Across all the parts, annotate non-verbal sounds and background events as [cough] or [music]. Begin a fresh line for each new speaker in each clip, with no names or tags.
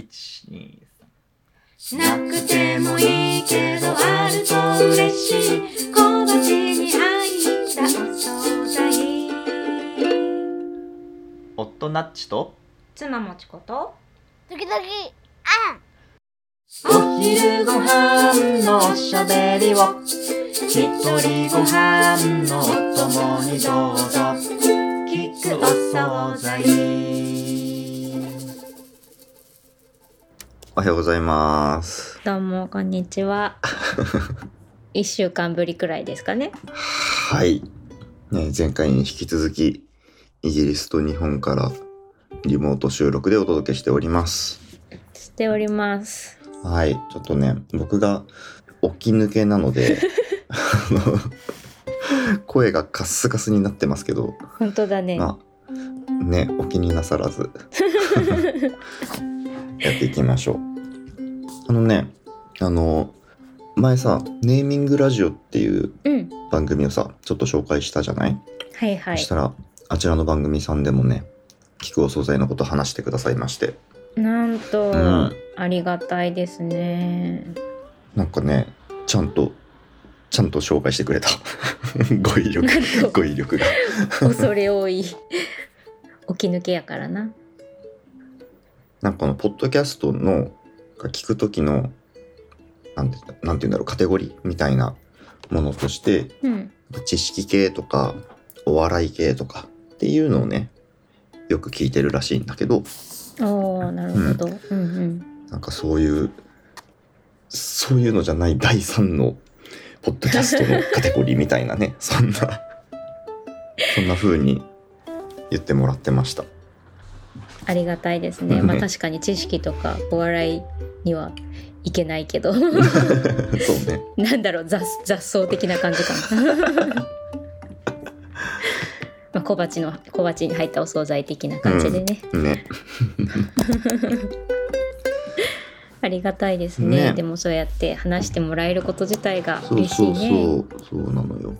一二三
しなくてもいいけどあると嬉しい小鉢に入ったお惣菜
夫ナッチと
妻もちこと
時々
お昼ご飯のおしゃべりを
一人ご飯のお供にどうぞ聞くお惣菜おはようございます
どうもこんにち
[laughs]
は一週間ぶりくらいですかね
はい、ね、前回に引き続きイギリスと日本からリモート収録でお届けしております
しております
はい、ちょっとね、僕が起き抜けなの
[laughs]
で、あの、声がカッスカスになってますけど、
本当だね
まあ、ね、お気になさら
[laughs]
ず、やっていきましょう。あのね、あの、前さ、ネーミングラジオっていう
うん
番組をさ、ちょっと紹介したじゃない、
はいは
そ
い
したら、あちらの番組さんでもね、聞くお惣菜のこと話してくださいまして。
なんと、
うん
ありがたいですね
なんかね、ちゃんと、ちゃんと紹介してくれた。 [laughs] 語彙力
なんと、
語彙力が。
[laughs] 恐れ多い起き抜けやからな
なんかこの、ポッドキャストの、が聞くときの、なんて、なんて言うんだろう、カテゴリーみたいなものとして、
うん
知識系とか、お笑い系とかっていうのをね、よく聞いてるらしいんだけど、
おーなるほど、うんうん
なんかそういう、そういうのじゃない第3の、ポッドキャストのカテゴリーみたいなね、 [laughs] そんな、そんな風に言ってもらってました。 [laughs]
ありがたいですね、
うん
まあ確かに知識とかお笑いにはいけないけ
[laughs]
ど
そうね。
なんだろう雑雑草的な感じかな
[laughs]
まあ小鉢の小鉢に入ったお惣菜的な感じでね、
ね。
ありがたいですね
ね
でもそうやって話してもらえること自体が
そう
嬉しい
そう
ね
そう。そうなのよ。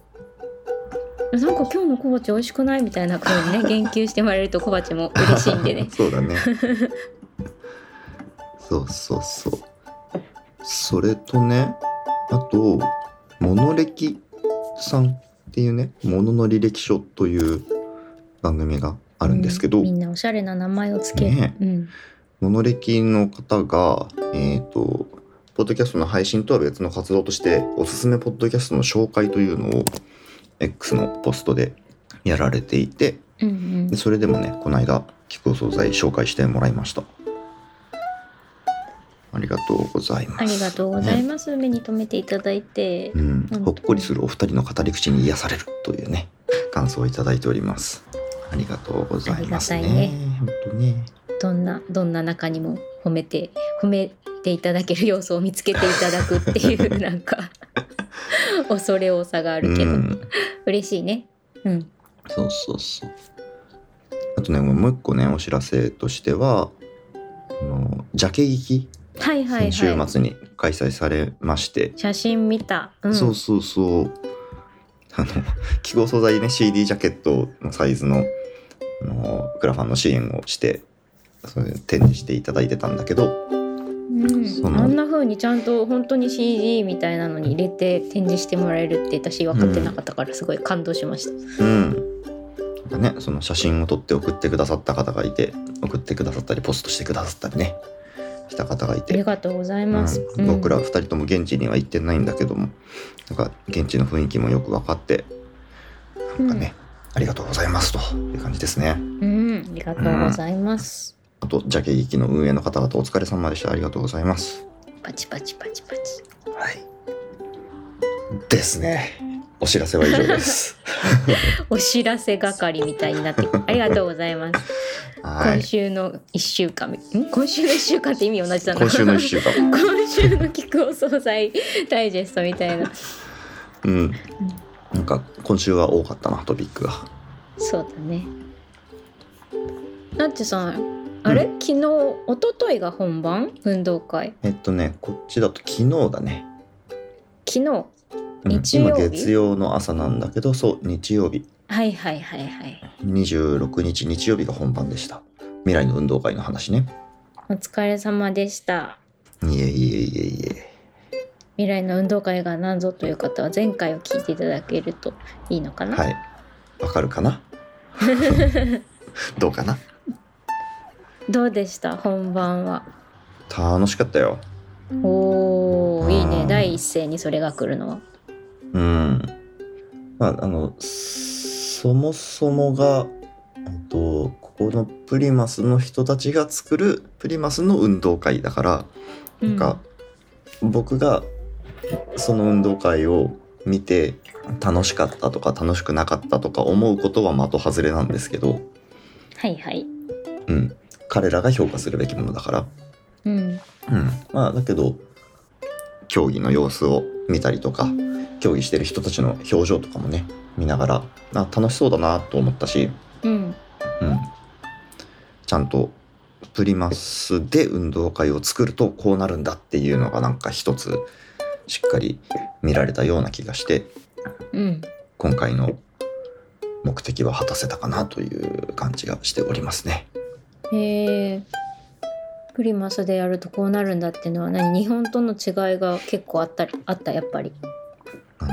なんか今日の小鉢美味しくないみたいな風にね言及してもらえると小鉢も嬉しいんでね
[laughs] そうだね。そうそうそう。それとね、あと、モノ歴さんっていうね、ものの履歴書という番組があ
あ
るんですけど、
みんなおしゃれな名前をつける、
ね
うん
モノ歴の方が、えっ、と、ポッドキャストの配信とは別の活動として、おすすめポッドキャストの紹介というのを、X のポストでやられていて、
うんうん
でそれでもねこの間聞くお惣菜紹介してもらいましたありがとうございます
ありがとうござい
ま
ます、目に留めていただいて、
す、うん、ほっこりするお二人の語り口に癒されるというね感想をいただいておりますありがとうございます
あ
ね
りがたい
本当ね
どんなどんな中にも褒めて褒めていただける要素を見つけていただくっていうなん
[laughs]
か恐れ多さがあるけど、
うん、
嬉しいねうん
そうそうそうあとねもう一個ねお知らせとしてはあのジャケ劇
はいはい
先週
はい
末に開催されまして、
写真見た、うん、
そうそうそう。あの、 [laughs] 記号素材ね、CD ジャケットのサイズの、あの、クラファンの支援をして、それ展示していただいてたんだけど、
うん
その
あんな風にちゃんと本当に CD みたいなのに入れて展示してもらえるって私分かってなかったからすごい感動しました、
うん。なんかね、その写真を撮って送ってくださった方がいて、送ってくださったり、ポストしてくださったりね、した方がい
あり
て、
がとうございうます、うん
ん、僕ら2人とも現地には行ってないんだけども、なんか現地の雰囲気もよく分かって、なんかね、ありがとうございますという感じですね。
うん、ありがとうございます、
あと、ジャケ劇の運営の方々お疲れ様でした。ありがとうございます。
パチパチパチパチ
はい。ですね。お知らせは以上 [laughs] です。
お知らせ係みたいに [laughs] なってありがとうございます、
は
今
い。
週の1週間ん今週の1週間って意味同じだな
今週の一週間。
[laughs] 今週の聞くお惣菜ダイジェストみたいな
うん。なんか、今週は多かったな、トピックが。
そうだねなっちさんあれ、昨日一昨日が本番運動会
えっとね、こっちだと昨日だね。
昨日
うん
日曜日
今月曜の朝なんだけど、そう、日曜日。
はいはいはいはい
26日日曜日が本番でした。未来の運動会の話ね。
うお疲れ様でした。
いえいえいえいえ。
未来の運動会が何ぞという方は前回を聞いていただけるといいのかな。
はい。わかる
[laughs]
かなどうかな
どうでした本番は。
楽しかったよ。
おーいい
あ
ね
ー
第一声にそれが来るのは。
うん。まあ、あの、そもそもが、えっと、ここのプリマスの人たちが作るプリマスの運動会だから、なんか、僕がその運動会を見て楽しかったとか楽しくなかったとか思うことは的外れなんですけど、
はいはい。
うん、彼らが評価するべきものだから、
うん
うん、まあだけど競技の様子を見たりとか競技してる人たちの表情とかもね見ながらあ楽しそうだなと思ったし、
うん
うん、ちゃんとプリマスで運動会を作るとこうなるんだっていうのがなんか一つしっかり見られたような気がして
うん。
今回の目的は果たせたかなという感じがしておりますね。
へえ。プリマスでやるとこうなるんだっていうのは何日本との違いが結構あったりあったやっぱり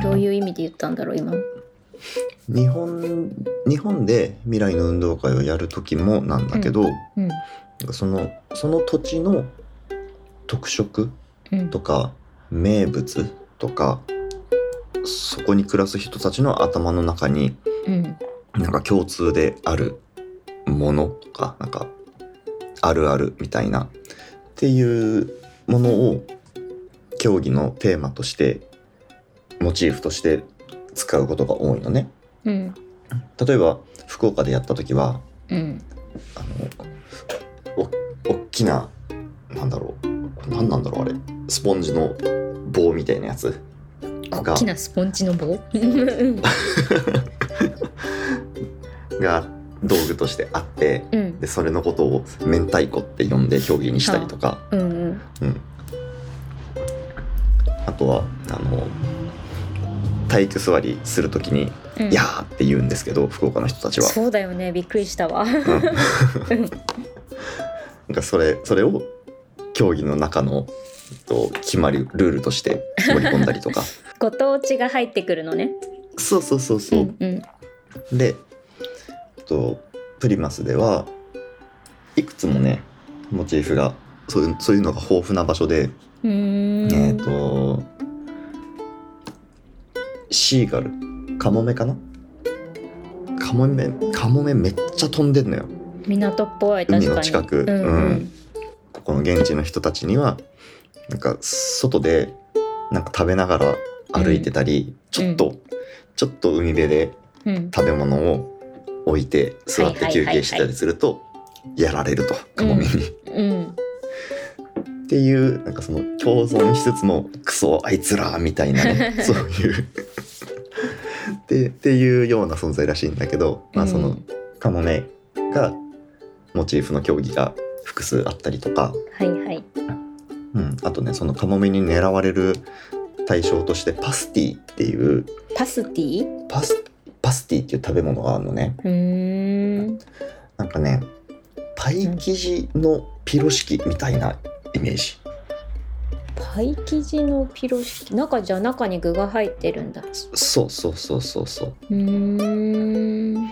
どういう意味で言ったんだろう今の
日本日本で未来の運動会をやる時もなんだけど、
うん
そのその土地の特色
うん
とか名物とかそこに暮らす人たちの頭の中に
うん
なんか共通であるものとかなんかあるあるみたいなっていうものを競技のテーマとしてモチーフとして使うことが多いのね。
うん
例えば福岡でやった時は
うん
あのおおっきななんだろうなんなんだろうあれスポンジの棒みたいなやつが
大きなスポンジの棒うん
が道具としてあって
うん
でそれのことを明太子って呼んで表現にしたりとか、
うん
うん、あとはあの体育座りする時に
う
「
ん
やー」って言うんですけど福岡の人たちは。
そうだよねびっくりしたわ
うんなんかそれそれを競技の中のえっと決まりルールとして盛り込んだり
[laughs]
とか
ご当地が入ってくるのね
そうそうそう
う
そう、
んうん
でえっとプリマスではいくつもねモチーフがそういうそういうのが豊富な場所で、
うーん
えっ、とシーガルカモメかなカモメカモメめっちゃ飛んでんのよ
港っぽい確かに
海の近く
うんうん
ここの現地の人たちにはなんか外でなんか食べながら歩いてたり、ちょっと、ちょっと海辺で
うん
食べ物を置いて座って休憩してたりするとやられるとカモメに。
うん
っていうなんかその共存しつつもクソあいつらみたいなねそういうでっていうような存在らしいんだけど、まあ、そうの
ん
カモメがモチーフの競技が複数あったりとか。
はいはい
うん、あとねそのカモメに狙われる対象としてパスティっていう
パスティ
パスパスティっていう食べ物があるのね
うーん
なんかねパイ生地のピロシキみたいなイメージ
パイ生地のピロシキ中じゃあ中に具が入ってるんだう
そうそうそうそうそう
ーん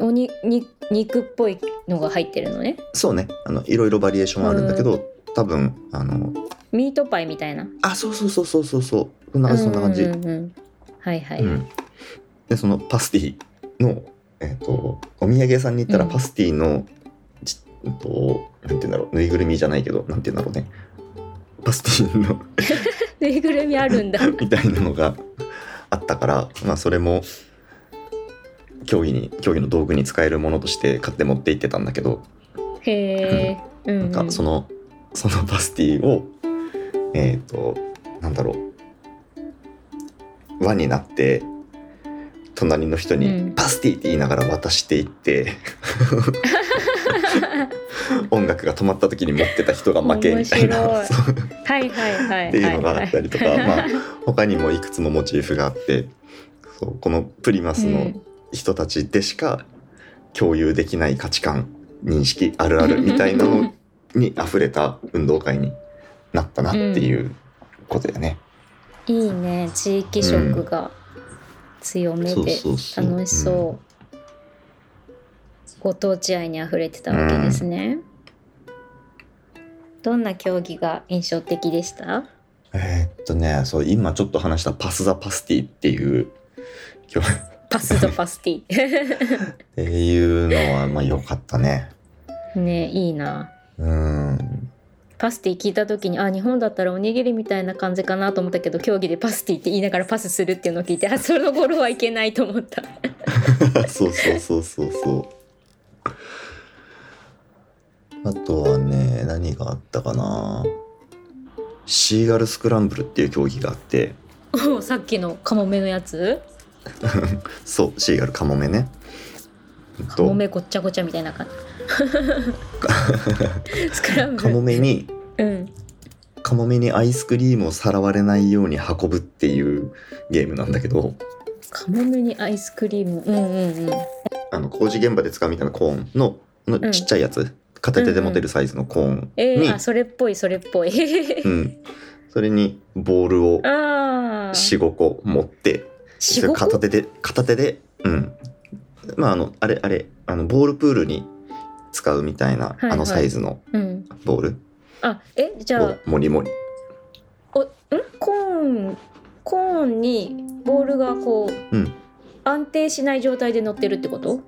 おにに肉っぽいのが入ってるのね
そうねあのいろいろバリエーションはあるんだけど多分あの
ミートパイみたいな
あそうそうそうそうそうそうそんな感じそんな感じ、
うんうんうんはいはい、
うん、でそのパスティの、えー、とお土産屋さんに行ったら
うん
パスティの、ちえっとなんて言うんだろうぬいぐるみじゃないけどなんて言うんだろうねパスティの
ぬいぐるみあるんだ
[laughs] みたいなのがあったから、まあ、それも競技に競技の道具に使えるものとして買って持って行ってたんだけど、
へえ、うんうん、
なんかそのそのパスティをえっ、となんだろう輪になって隣の人
う
に
ん
「パスティ」って言いながら渡してい
[laughs]
って、音楽が止まった時に持ってた人が負けみたいな
面白い
そう
はいはいはいはい、はい、
っていうのがあったりとか、まあ
あ
他にもいくつもモチーフがあってそうこのプリマスの人たちでしか共有できない価値観認識あるあるみたいなのに溢れた運動会になったなっていうことだね。
いいね地域色が強め
そう
で
そうそう
楽しそう、ご当地愛にあふれてたわけですね、どんな競技が印象的でした
えーっとねそう今ちょっと話したパス・ザ・パスティっていう今日っ
パスとパステ [laughs] ィ
ていうのはまあ良かったね。
ねいいな
うん
パスティ聞いた時にあ日本だったらおにぎりみたいな感じかなと思ったけど競技でパスティって言いながらパスするっていうのを聞いてあその頃はいけないと思った
[laughs] そうそうそうそうそう。あとはね、何があったかな。シーガルスクランブルっていう競技があって、
[laughs] おうさっきのカモメのやつ
そう、シーガルカモメね。うんと
カモメごっちゃごちゃみたいな
[laughs]
感じスクランブ
カモ
ル
メに、
うん
カモメにアイスクリームをさらわれないように運ぶっていうゲームなんだけど、
カモメにアイスクリームうんうんうん
あの工事現場で使うみたいなコーンの、の
うん
ちっちゃいやつ、片手で持てるサイズのコーンに、
えー、あそれっぽいそれっぽい [laughs]
うん、それにボールを
ああ
45個持って
仕事
片手で片手でうんまああのあれあれあのボールプールに使うみたいな、
いはい
あのサイズの
うん
ボール
あえじゃあ
をもりもり
おんコーンコーンにボールがこう、
うん
安定しない状態で乗ってるってこと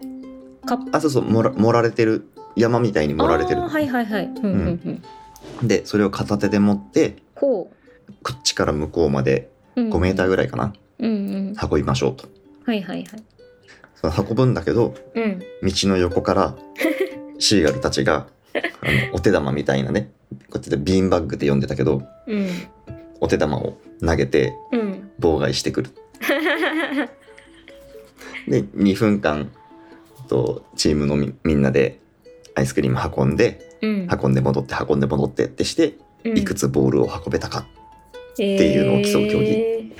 カップ
あそうそう盛ら盛られてる山みたいに盛られてる
あーはいはいはいうんうんうん
でそれを片手で持って
こ
こっちから向こうまで
う、うん、
5メーター
ぐ
ぐらいかな
らいうんうん
運びましょうと
はいはいはい
その運ぶんだけど
うん
道の横から
[laughs]
シーガルたちがあのお手玉みたいなねこっちでビーンバッグって呼んでたけど
うん
お手玉を投げて
うん
妨害して
[laughs]
くるで2分間とチームのみみんなでアイスクリーム運んで
うん
運んで戻って運んで戻ってってしていく
っ
つボールを運べたか、
て
いうのを競う競技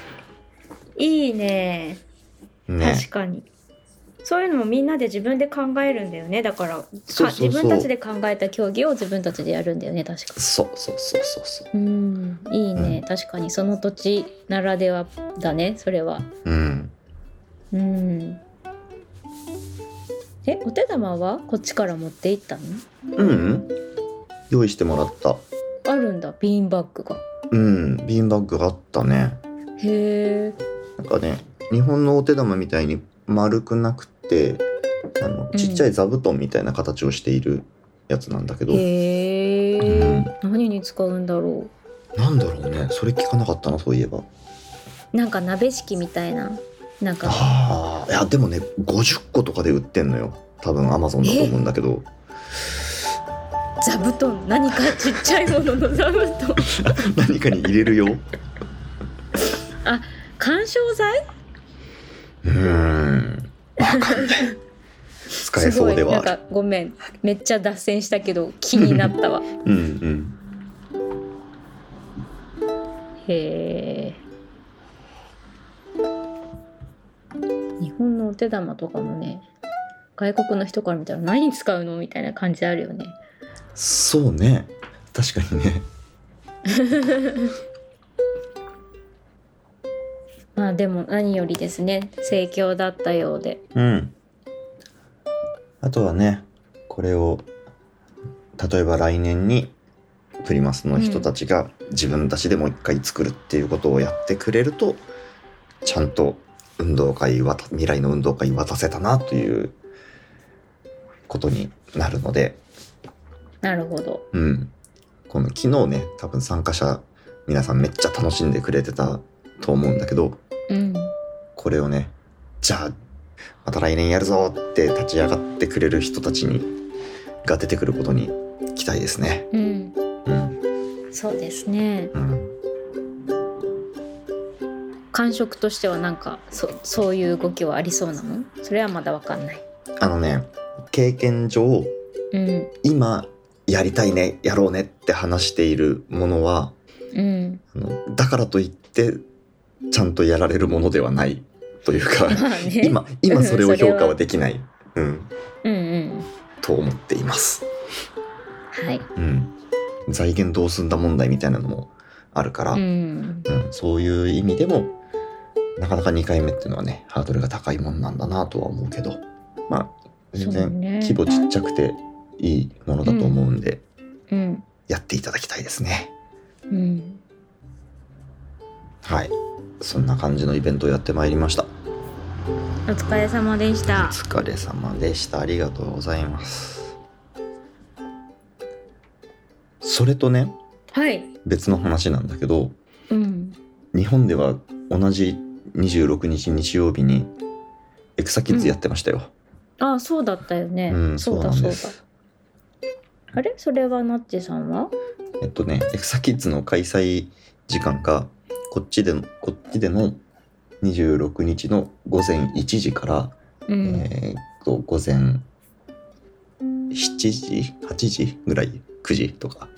いいね
ね
確かにそういうのもみんなで自分で考えるんだよねだからか
そうそう
自分たちで考えた競技を自分たちでやるんだよね確か
そうそうそうそうそう
うんいいね、
う
確かにその土地ならではだねそれは
うん
うんえお手玉はこっちから持って行ったの
うんうん用意してもらった
あるんだビーンバッグが
うんビーンバッグがあったね
へえ
なんかね日本のお手玉みたいに丸くなくてあの
ん
ちっちゃい座布団みたいな形をしているやつなんだけど、
へ
うん
え何に使うんだろ
なんだろうねそれ聞かなかったなそういえば
うなんか鍋敷きみたいななんか
ああいやでもね50個とかで売ってんのよ多分アマゾンだと思うんだけど
座布団何かちっちゃいものの座布
[laughs]
団
何かに入れるよ
[laughs]
う
緩衝材
ーんわかんない使えそうではあ
すごいな
る
んかごめんめっちゃ脱線したけど気になった
[laughs]
わ
うんうん
へえ日本のお手玉とかもね外国の人から見たら何に使うのみたいな感じあるよね
そうね確かにね
まあでも何よりですね盛況だったようで
うんあとはねこれを例えば来年にプリマスの人たちが自分たちでもう一回作るっていうことをやってくれるとちゃんと運動会渡未来の運動会渡せたなということになるので、
なるほど
うん、この昨日ね多分参加者皆さんめっちゃ楽しんでくれてたと思うんだけど
うん
これをねじゃあまた来年やるぞって立ち上がってくれる人たちにが出てくることに期待ですね。
うん
うん
そうですね
うん、
感触としてはなんかそそういう動きはありそうなのそれはまだわかんない
あのね経験上
うん
今やりたいねやろうねって話しているものは
うん
あのだからといってちゃんとやられるものではないというか
まあね
今今それを評価
それ
は
は
できない、うん、
うんうん
と思っています。
はい。
うん、財源どうすんだ問題みたいなのもあるから、
うん。
うん、そういう意味でもなかなか2回目っていうのはねハードルが高いもんなんだなとは思うけどまあ全
そう
然
ね
規模ちっちゃくていいものだと思うんで、
うん。
やっていただきたいですね
うん。
はいそんな感じのイベントをやってまいりました
お疲れ様でし
お
た。
疲れ様でしたありがとうございますそれとね
はい。
別の話なんだけど
うん。
日本では同じ26日日曜日にエクサキッズやってましたよ、
あ、そうだったよね。
うん、
そ
そうう
だ
なん
そう
で
だ。
す。
あれそれはナッチさんは
えっとね、エクサキッズの開催時間が、こっちでの、こっちでの26日の午前1時から、
うん。
えーっと、午前7時 ?8 時ぐらい ?9 時
[laughs]
とか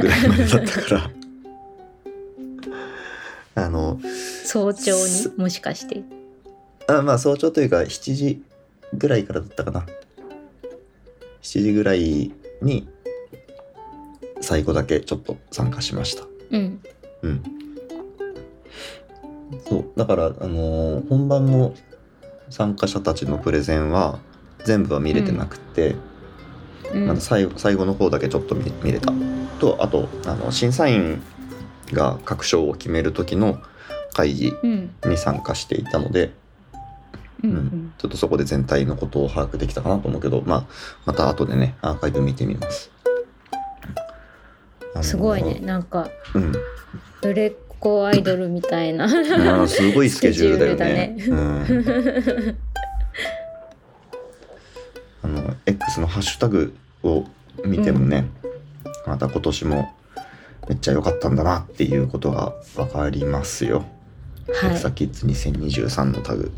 ぐらい [laughs] までだったから。あの、
早朝にもしかして。
あまあ早朝というか7時ぐらいからだったかな7時ぐらいに最後だけちょっと参加しました
うん。
うんそうだからあのー本番の参加者たちのプレゼンは全部は見れてなくて、
うん
まだ最後最後の方だけちょっと見見れたとあとあの審査員が各賞を決める時の会議
うん。
に参加していたので、
う
うん
ん。
ちょっとそこで全体のことを把握できたかなと思うけど、まあ、また後でね、アーカイブ見てみます。あの
すごいね。。なんか、
うん。
売れっ子アイドルみたいな。 [laughs]
あーすごいスケジュールだよね。
スケ
うんあの、X のハッシュタグを見てもね、また今年もめっちゃ良かったんだなっていうことがわかりますよ。エクサ
は
キッズ2023のタグ。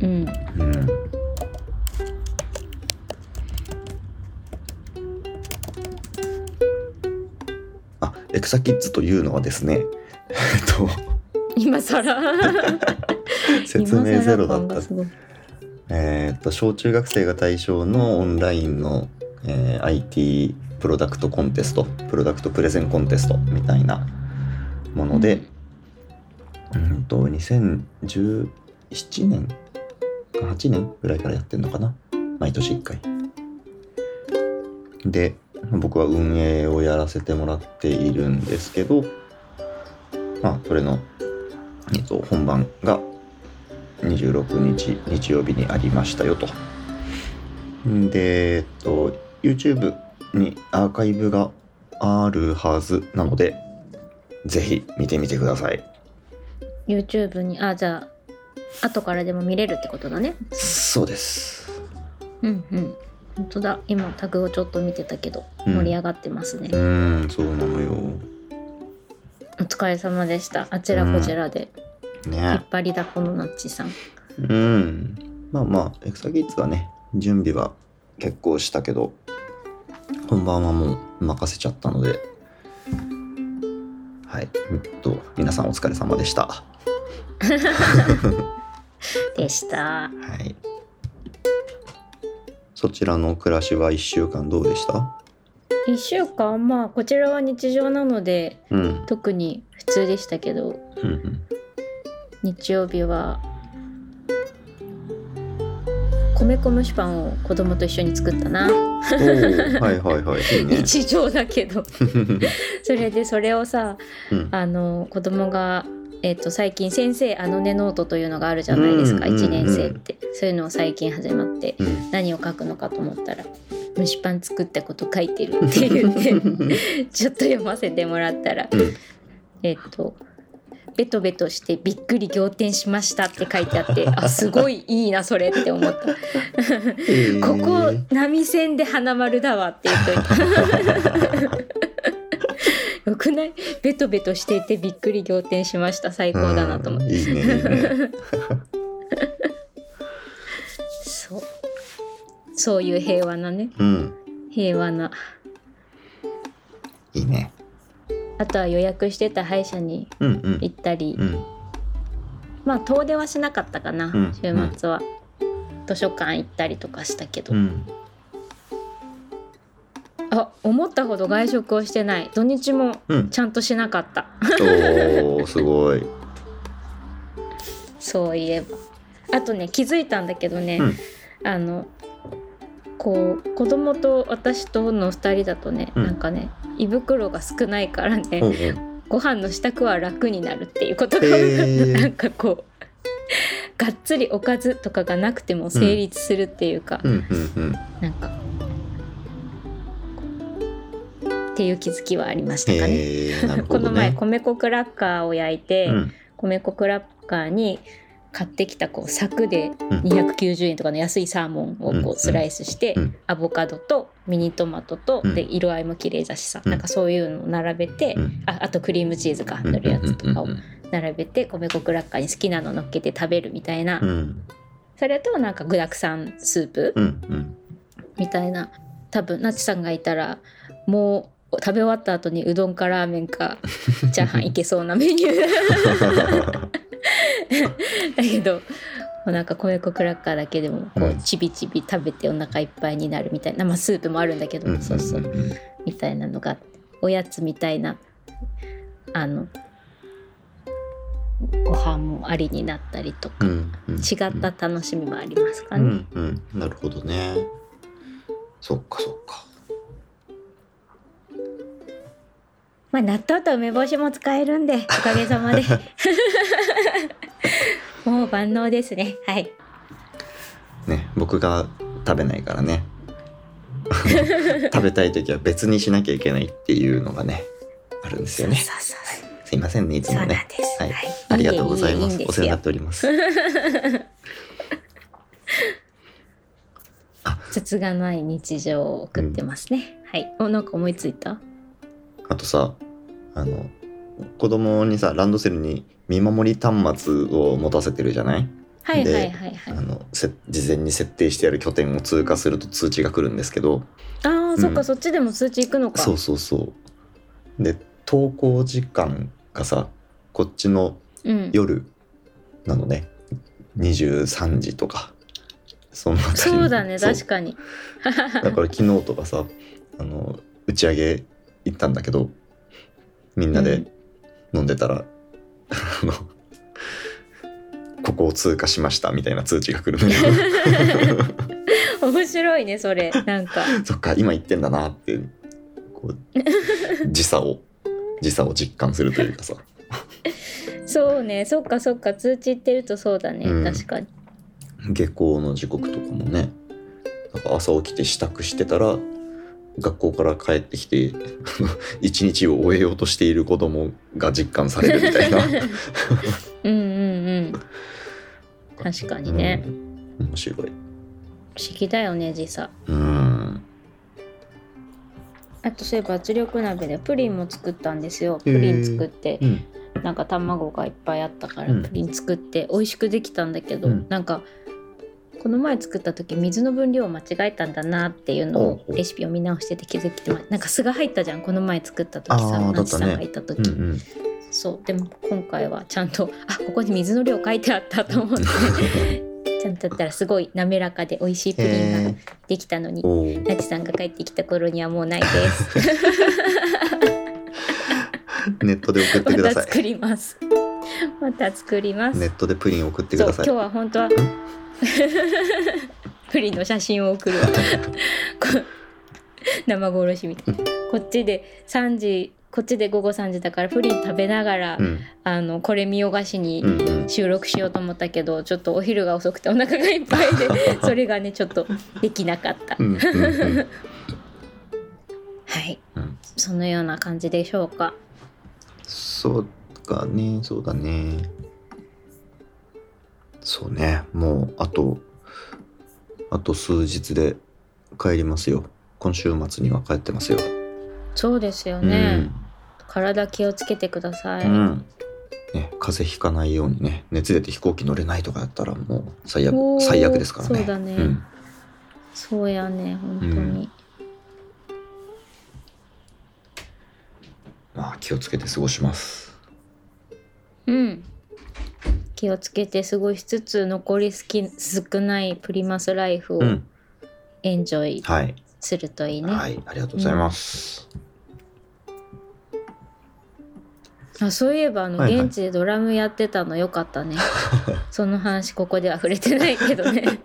い。うん。
うん。あ、エクサキッズというのはですね、えっと、
今更
説明ゼロだ
今更感
っ
が
た
す。ごい
えーっと、小中学生が対象のオンラインの、えー IT プロダクトコンテスト、プロダクトプレゼンコンテストみたいなもので、うんと、2017年か8年ぐらいからやってんのかな毎年1回。で、僕は運営をやらせてもらっているんですけど、まあ、それの、えっと、本番が26日日曜日にありましたよと。んで、えっと、YouTube にアーカイブがあるはずなので、ぜひ見てみてください。
YouTube に、あ、じゃあ、後からでも見れるってことだね。
そうです。
うんうん。本当だ。今、タグをちょっと見てたけど、
うん
盛り上がってますね。
うーん、そうなのよ。
お疲れ様でした。あちらこちらで。引
ね
っ。張りだこのナッチさん。
うん。まあまあ、エクサギッツはね、準備は結構したけど、本番はもう任せちゃったので、はい。えっと、皆さんお疲れ様でした。は
でした。
い。そちらの暮らしは1週間どうでした
1週間、まあ、こちらは日常なので、
うん。
特に普通でしたけど、
うんうん。
日曜日は、米粉蒸しパンを子供と一緒に作ったな。
おーはいはいはい。いいね。
[laughs] 日常だけど。それで、それをさ、
うん
あの、子供が、えっと最近「先生あのねノート」というのがあるじゃないですか、
うんうんうん
1年生ってそういうのを最近始まって
うん
何を書くのかと思ったら「蒸しパン作ったこと書いてる」って言って
[laughs]
ちょっと読ませてもらったら、
うん
えっと「ベトベトしてびっくり仰天しました」って書いてあってあすごいいいなそれって思った「ここ波線で花丸だわ」って言っといた。 [laughs] よくないベトベトしていてびっくり仰天しました最高だなと思って、
うんいいねいいね
そうそういう平和なね
うん
平和ない
いね
あとは予約してた歯医者に
うんうん
行ったり、
うん
まあ遠出はしなかったかな、
うん
週末は、図書館行ったりとかしたけど、
うん
あ思ったほど外食をしてない土日も [laughs]
うん
ちゃんとしなかった、
おーすごい
そういえばあとね気づいたんだけどね、
うん
あのこう子供と私との2人だとね、
うん
なんかね胃袋が少ないからね、
ほうほう
ご飯の支度は楽になるっていうことが
へ
分かった、
ー
なんかこうがっつりおかずとかがなくても成立するっていうか、
うんうんうん
なんかっていう気づきはありましたかね。
へえなる
こ
ほど
の前
ね
米粉クラッカーを焼いて、
うん
米粉クラッカーに買ってきたこう柵で
うん
290円とかの安いサーモンを
うんう
こ
ん
うスライスして、
うん
アボカドとミニトマトと、
うん
で色合いも綺麗だしさ、
うん
なんかそういうのを並べて、
うん
ああとクリームチーズか
うん
塗るやつとかを
うん
並べて米粉クラッカーに好きなの乗っけて食べるみたいな、
うん
それとなんか具沢山スープ
うんうん
みたいな多分なちさんがいたらもう食べ終わった後にうどんかラーメン
[laughs]
かチャーハンいけそうなメニューだけども [laughs] うなんか米粉クラッカーだけでもこ
う
うんちびちび食べてお腹いっぱいになるみたいな、まあ、スープもあるんだけど、
うん
そうそう
うんうん
みたいなのがおやつみたいなあのご飯もありになったりとか、
うんうん
違った楽しみもありますかね。
うんうんなるほどねそっかそっか
まあ納豆と梅干しも使える
[laughs]
んでおかげさまで [laughs] もう万能ですねはい
ね僕が食べないからね食べたい時は別にしなきゃいけないっていうのがねあるんですよね
そうそうそう
すいませんねいつ
そうな
も
ん
ね
です、
はい
はい
ありがとうございます
んで
お
す
世話にな
よ
っております
[laughs] 筒がない日常を送ってますね、はいおなんか思いついた
あとさあの子供にさランドセルに見守り端末を持たせてるじゃない
はいは
で
いはいはい
あのせ事前に設定してある拠点を通過すると通知が来るんですけど
あー、そっ
う
か
ん
そっちでも通知行くのか
そうそうそうで登校時間がさこっちの
うん、
夜なのね23時とかそのあたり
そうだね確
か
かに
だから昨日とかさあの打ち上げ行ったんだけどみんな
う
で
ん
飲んでたら、あのここを通過しましたみたいな通知が来るの
[laughs]
よ
面白いねそれなんか
そっか今行ってんだなってこう時差を時差を実感するというかさ
そうねそっかそっか通知行ってるとそうだね、
うん
確かに
下校の時刻とかもねなんか朝起きて支度してたら学校から帰ってきて [laughs] あの一日を終えようとしている子供が実感されるみたいな
うんうんうん確かに [laughs] ね、
うん面白
不
い
思議だよね時差
うん
あとそういえば圧力鍋でプリンも作ったんですよプリン作って
うん
なんか卵がいっぱいあったから
うん
プリン作って美味しくできたんだけど、
うん
なんかこの前作った時水の分量を間違えたんだなっていうの
ほう
を
ほう
レシピを見直してて気づきてまなんか酢が入ったじゃんこの前作った時
あ
さ
ーだったね
ナチさんがいた時、
うんうん
そうでも今回はちゃんとあここに水の量書いてあったと思って
[laughs]
ちゃんとやったらすごい滑らかで美味しいプリンが
へ
できたのに
ーおー
ナチさんが帰ってきた頃にはもうない
[laughs]
です。
ネットで送っ
ま
てくだ
た [laughs]
さ
作
い
ります。また作ります。
ネットでプリン送ってく
そう今
ださい
日は本当は [laughs] プリンの写真を送
[laughs]
るわ。こ生殺しみたいな。こっちで3時こっちで午後3時だからプリン食べながら、
うん
あのこれ見よがしに
うんうん
収録しようと思ったけど、ちょっとお昼が遅くてお腹がいっぱいで
[laughs]
それがねちょっとできなかった。
うんうんうん
はい、 [laughs]
うん
そのような感じでしょうか。
そうかね、そうだね。そうね、もうあと、あと数日で帰りますよ。今週末には帰ってますよ。
そうですよ
うん
ね。体気をつけてください。
うん。ね、風邪ひかないようにね、熱出て飛行機乗れないとかだったらもう最悪
おー
最悪ですからね。
そうだね
ん
そうやね、本当に。
まあ気をつけて過ごします。
うん。気をつけて過ごしつつ残り好き少ないプリマスライフを
うん。
エンジョイ
はい。
するといいね。
はい、ありがとうございます。
あそういえばあの、
はいはい
現地でドラムやってたのよかった
[laughs]
ねその話ここでは触れてないけど
[laughs]
ね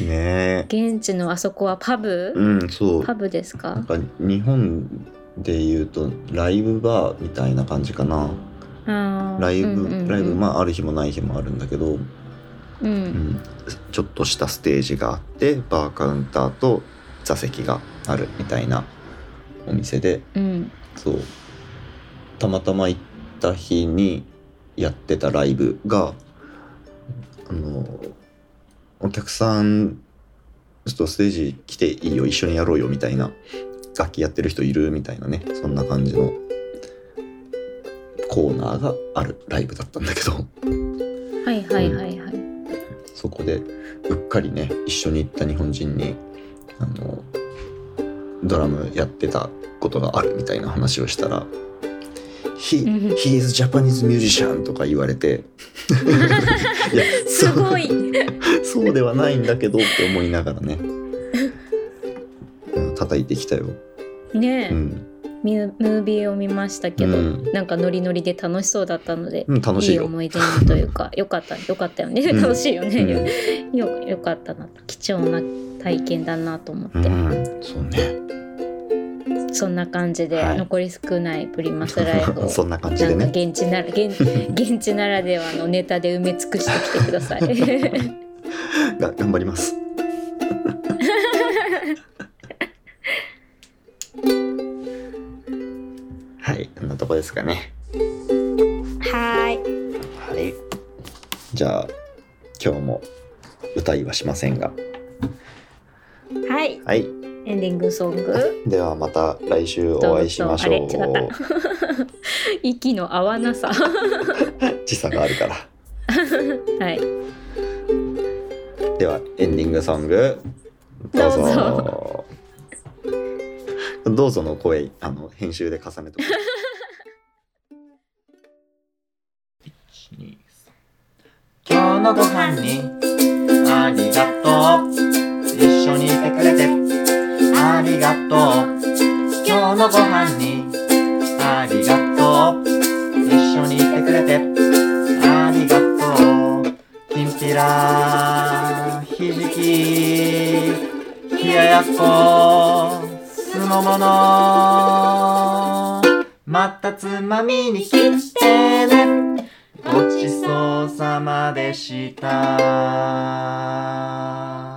ね
現地のあそこはパ
え。
ブ、
うん、そう。
パブですか
なんか日本で言うとライブバーみたいな感じかな。
あー
ライ
うんうんうん
ブ、ライブ、まあある日もない日もあるんだけど、
う
うんん、ちょっとしたステージがあって、バーカウンターと座席があるみたいなお店で、
うん
そうたまたま行った日にやってたライブがあのお客さんちょっとステージ来ていいよ一緒にやろうよみたいな楽器やってる人いるみたいなねそんな感じのコーナーがあるライブだったんだけど
はいはいはいはい、
そこでうっかりね一緒に行った日本人にあのドラムやってたことがあるみたいな話をしたら「
う
He,
ん
he is Japanese musician」とか言われていや
[laughs] すご
[laughs]
い
そうそうではないんだけどって思いながらねうん叩いてきたよ。
ねえ、
うん、
ミュムービーを見ましたけど、
うん
なんかノリノリで楽しそうだったので、
うん楽し
い
い
い
よ。
思い出にという
[laughs]
かよかったよかったよね、
うん
楽しいよ
う
ね、
ん
よよかったな貴重な体験だなと思っ
う
て、
ん、そうね。
そんな感じで、
はい
残り少ないプリマスライブを
[laughs] そんな感じ
な
で
んか
ね。
現地なら現 [laughs] 現地ならではのネタで埋め尽くしてきてくださ
[laughs]
い。
が頑張ります。はい、こんなとこですかね。
はい。
はい。じゃあ今日も歌いはしませんが、
はい。
はい。
エンディングソング。
ではまた来週お会いしましょ
ど
う。
うぞあれ違っ [laughs] 息の合わなさ。
時差があるから。
はい。
ではエンディングソングどうぞ。
どう
どうぞの声あの編集で重ねて。
今日のご飯にありがとう一緒にいてくれてありがとう今日のご飯にありがとう一緒にいてくれてありがとうきんぴらひじき冷ややっこすもものまたつまみに来てねごちそうさまでした。